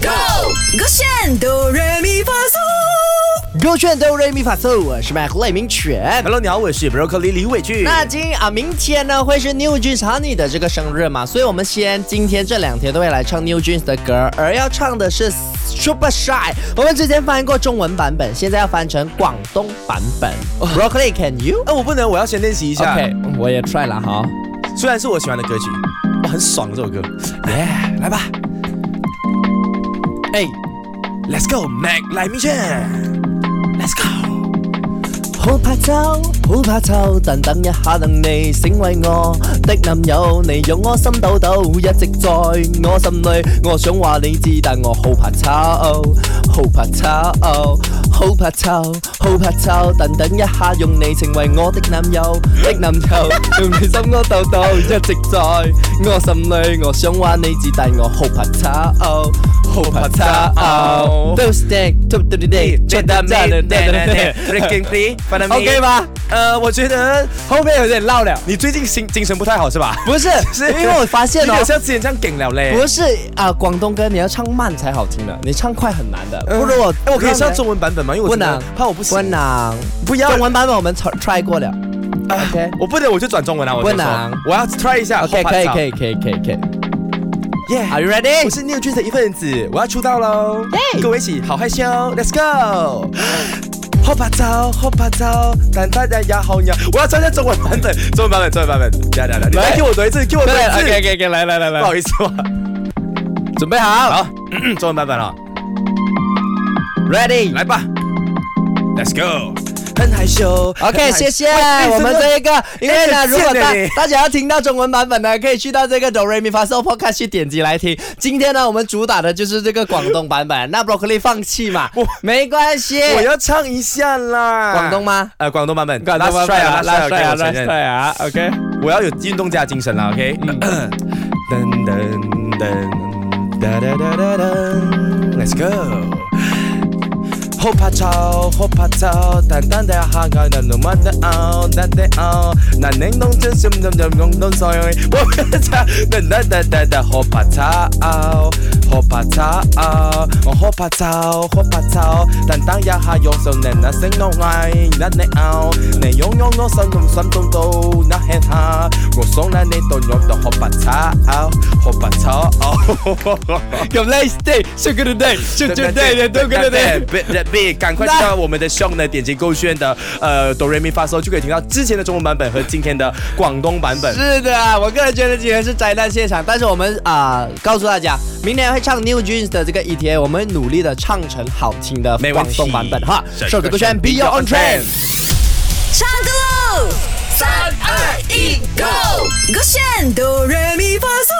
Go，勾选哆来咪发嗦。勾选哆瑞咪发嗦，我是麦克雷明犬。 Hello，你好，我是 Broccoli 李伟俊。那今啊，明天呢会是 New Jeans Honey 的这个生日嘛，所以我们先今天这两天都会来唱 New Jeans 的歌，而要唱的是 Super Shy。我们之前翻过中文版本，现在要翻成广东版本。Broccoli can you？哎，我不能，我要先练习一下。哦 OK，我也 try 了哈。虽然是我喜欢的歌曲，哇，很爽这首歌。耶、来吧哎， ，Let's go，Mac 来 Mission。Let's go。好怕醜，好怕醜，但等一下等你成為我的男友，你讓我心抖抖，一直在我心裏。我想話你知，但我好怕醜，好怕醜，好怕醜，好怕醜，但等一下用你成為我的男友的男友，用你心我抖抖，一直在我心裏。我想話你知，但我好怕醜，好怕醜。Do stick to the day，觉得，Breaking free，f o OK 吧？呃，我觉得后面有点绕了，你最近心精神不太好是吧？不是， 是因为我发现你哦好，像之前这样梗了嘞。不是啊，广东歌你要唱慢才好听的，你唱快很难的。嗯不如我，哎，我可以上中文。文版本吗？因为我不真的能，怕我不行。不能，不要啊中文版本我们 try try 过了。OK 我不能，我就转中文了。啊我就不说能我要 try 一下。 OK，可以可以。以可以可以可以。耶 Are you 我 ready？是 New Jeans 的一份子，我要出道喽！跟我一起，好害羞，Let's go！好怕糟，好怕糟，但大家也好呀。我要参加中文版本，中文版本，中文版本，等一下等一下，你来来给我读一次，给我读一次。 OK OK，来来来不来好，意思啊，准备好好， 中文版本了，啊，Ready。来吧，Let's go！很害羞 OK，谢谢我们这一个，因为呢，如果大大家要听到中文版本呢，可以去到这个 Do Re Mi Fa So Podcast 去点击来听。今天呢，我们主打的就是这个广东版本， 那 Broccoli 放弃嘛我，没关系。我要唱一下啦。广东吗？呃，广东版本，广东版 Last try 本啊，Last try 啊，Last try，我承认 Last try 啊，OK 我要有运动家精神了，OK？噔噔噔哒哒哒哒哒，Let's go！好怕吵，好怕吵，但但但下个人弄乜得拗，得得拗，难拧弄真心弄弄弄弄碎， 我不吵，噔噔噔噔噔，好怕吵，好怕吵，我好怕吵，好怕吵，但当一下用手能那聲弄愛，那你拗，你用用我心弄心中都那很下，我送那你到我到好怕吵，好怕吵。 Come let's day, sugar day, sugar day, sugar day。对，赶快去到我们的 show 呢，点击勾选的呃哆瑞咪发嗦，就可以听到之前的中文版本和今天的广东版本。是的啊，我个人觉得今天是灾难现场，但是我们啊、告诉大家，明天会唱 New Jeans 的这个 ETA，我们会努力的唱成好听的没问广题东版本哈。是手指勾选 Be Your Own Trend。唱歌喽！三二一，Go！勾选哆来咪发嗦。